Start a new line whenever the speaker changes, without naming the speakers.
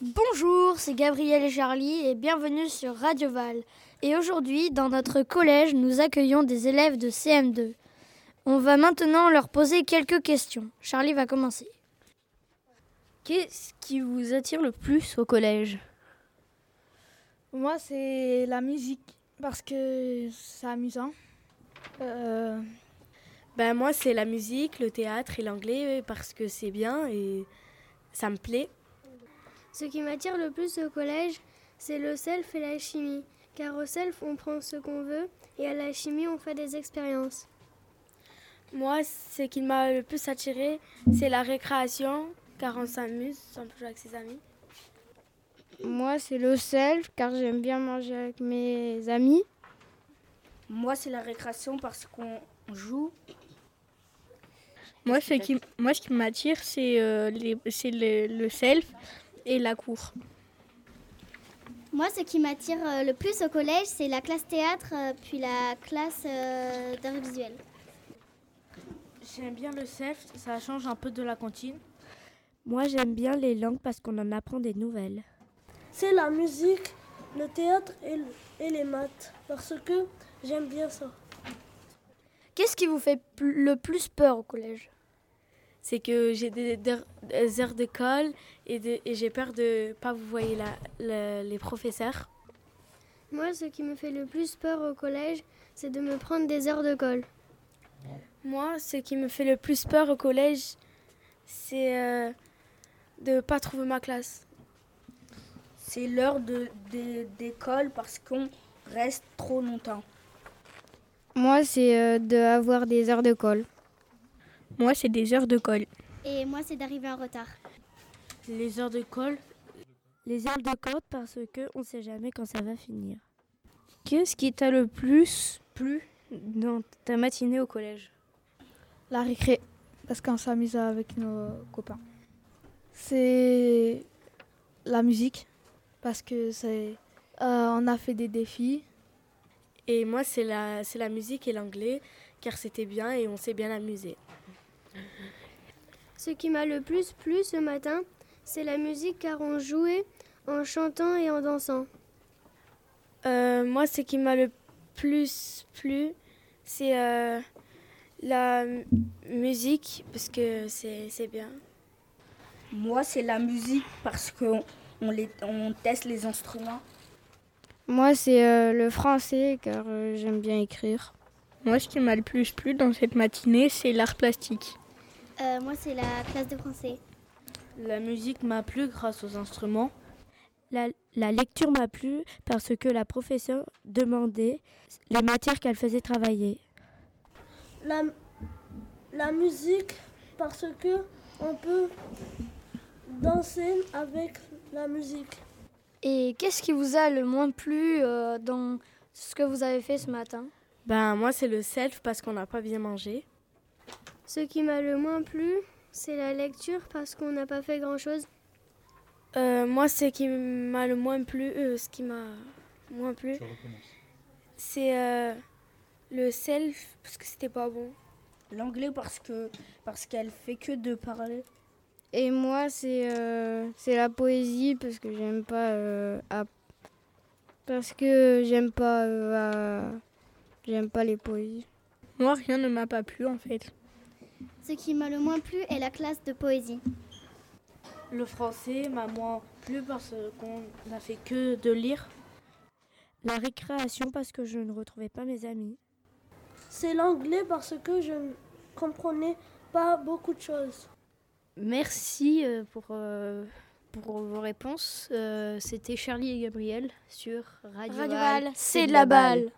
Bonjour, c'est Gabriel et Charlie et bienvenue sur Radio Val. Et aujourd'hui, dans notre collège, nous accueillons des élèves de CM2. On va maintenant leur poser quelques questions. Charlie va commencer.
Qu'est-ce qui vous attire le plus au collège
Moi, c'est la musique parce que c'est amusant. Euh,
Ben moi c'est la musique, le théâtre et l'anglais parce que c'est bien et ça me plaît.
Ce qui m'attire le plus au collège, c'est le self et la chimie. Car au self, on prend ce qu'on veut et à la chimie, on fait des expériences.
Moi ce qui m'a le plus attiré c'est la récréation car on s'amuse, on peut jouer avec ses amis.
Moi, c'est le self, car j'aime bien manger avec mes amis.
Moi, c'est la récréation parce qu'on joue.
Moi, ce qui, moi, ce qui m'attire, c'est euh, les- c'est le, le self et la cour.
Moi, ce qui m'attire euh, le plus au collège, c'est la classe théâtre, euh, puis la classe euh, d'art visuel.
J'aime bien le self, ça change un peu de la cantine.
Moi j'aime bien les langues parce qu'on en apprend des nouvelles.
C'est la musique, le théâtre et, le- et les maths. Parce que j'aime bien ça.
Qu'est-ce qui vous fait pl- le plus peur au collège
C'est que j'ai des, der- des heures d'école et, de- et j'ai peur de pas vous voyez la- la- les professeurs.
Moi, ce qui me fait le plus peur au collège, c'est de me prendre des heures de colle.
Moi ce qui me fait le plus peur au collège c'est euh, de pas trouver ma classe.
C'est l'heure de- de- d'école parce qu'on reste trop longtemps.
Moi, c'est euh, de avoir des heures de colle.
Moi, c'est des heures de colle.
Et moi, c'est d'arriver en retard.
Les heures de colle,
Les heures de corde parce que on sait jamais quand ça va finir.
Qu'est-ce qui t'a le plus plu dans ta matinée au collège
la récré, parce qu'on s'amuse avec nos copains. C'est la musique, parce que c'est. euh, on a fait des défis.
Et moi c'est la, c'est la musique et l'anglais car c'était bien et on s'est bien amusé.
Ce qui m'a le plus plu ce matin, c'est la musique car on jouait en chantant et en dansant.
Euh, moi, ce qui m'a le plus plu, c'est euh, la mu- musique, parce que c'est c'est bien.
moi, c'est la musique parce qu'on on les- on teste les instruments.
Moi, c'est euh, le français, car euh, j'aime bien écrire.
Moi, ce qui m'a le plus plu dans cette matinée, c'est l'art plastique.
Euh, moi, c'est la classe de français.
La musique m'a plu grâce aux instruments.
La, la lecture m'a plu parce que la professeure demandait les matières qu'elle faisait travailler.
La, la musique, parce que on peut danser avec la musique.
Et qu'est-ce qui vous a le moins plu euh, dans ce que vous avez fait ce matin
Ben, moi, c'est le self, parce qu'on n'a pas bien mangé.
Ce qui m'a le moins plu, c'est la lecture parce qu'on n'a pas fait grand-chose.
Euh, moi, ce qui m'a le moins plu, euh, ce qui m'a moins plu, c'est euh, le self, parce que c'était pas bon.
L'anglais parce que parce qu'elle fait que de parler.
Et moi, c'est euh, c'est la poésie, parce que j'aime pas. euh, à- Parce que j'aime pas. euh, à- J'aime pas les poésies.
Moi, rien ne m'a pas plu, en fait.
Ce qui m'a le moins plu est la classe de poésie.
Le français m'a moins plu parce qu'on n'a fait que de lire.
La récréation parce que je ne retrouvais pas mes amis.
C'est l'anglais parce que je ne comprenais pas beaucoup de choses.
Merci euh, pour, euh, pour vos réponses. Euh, C'était Charlie et Gabriel sur Radio, Val.
C'est de la balle.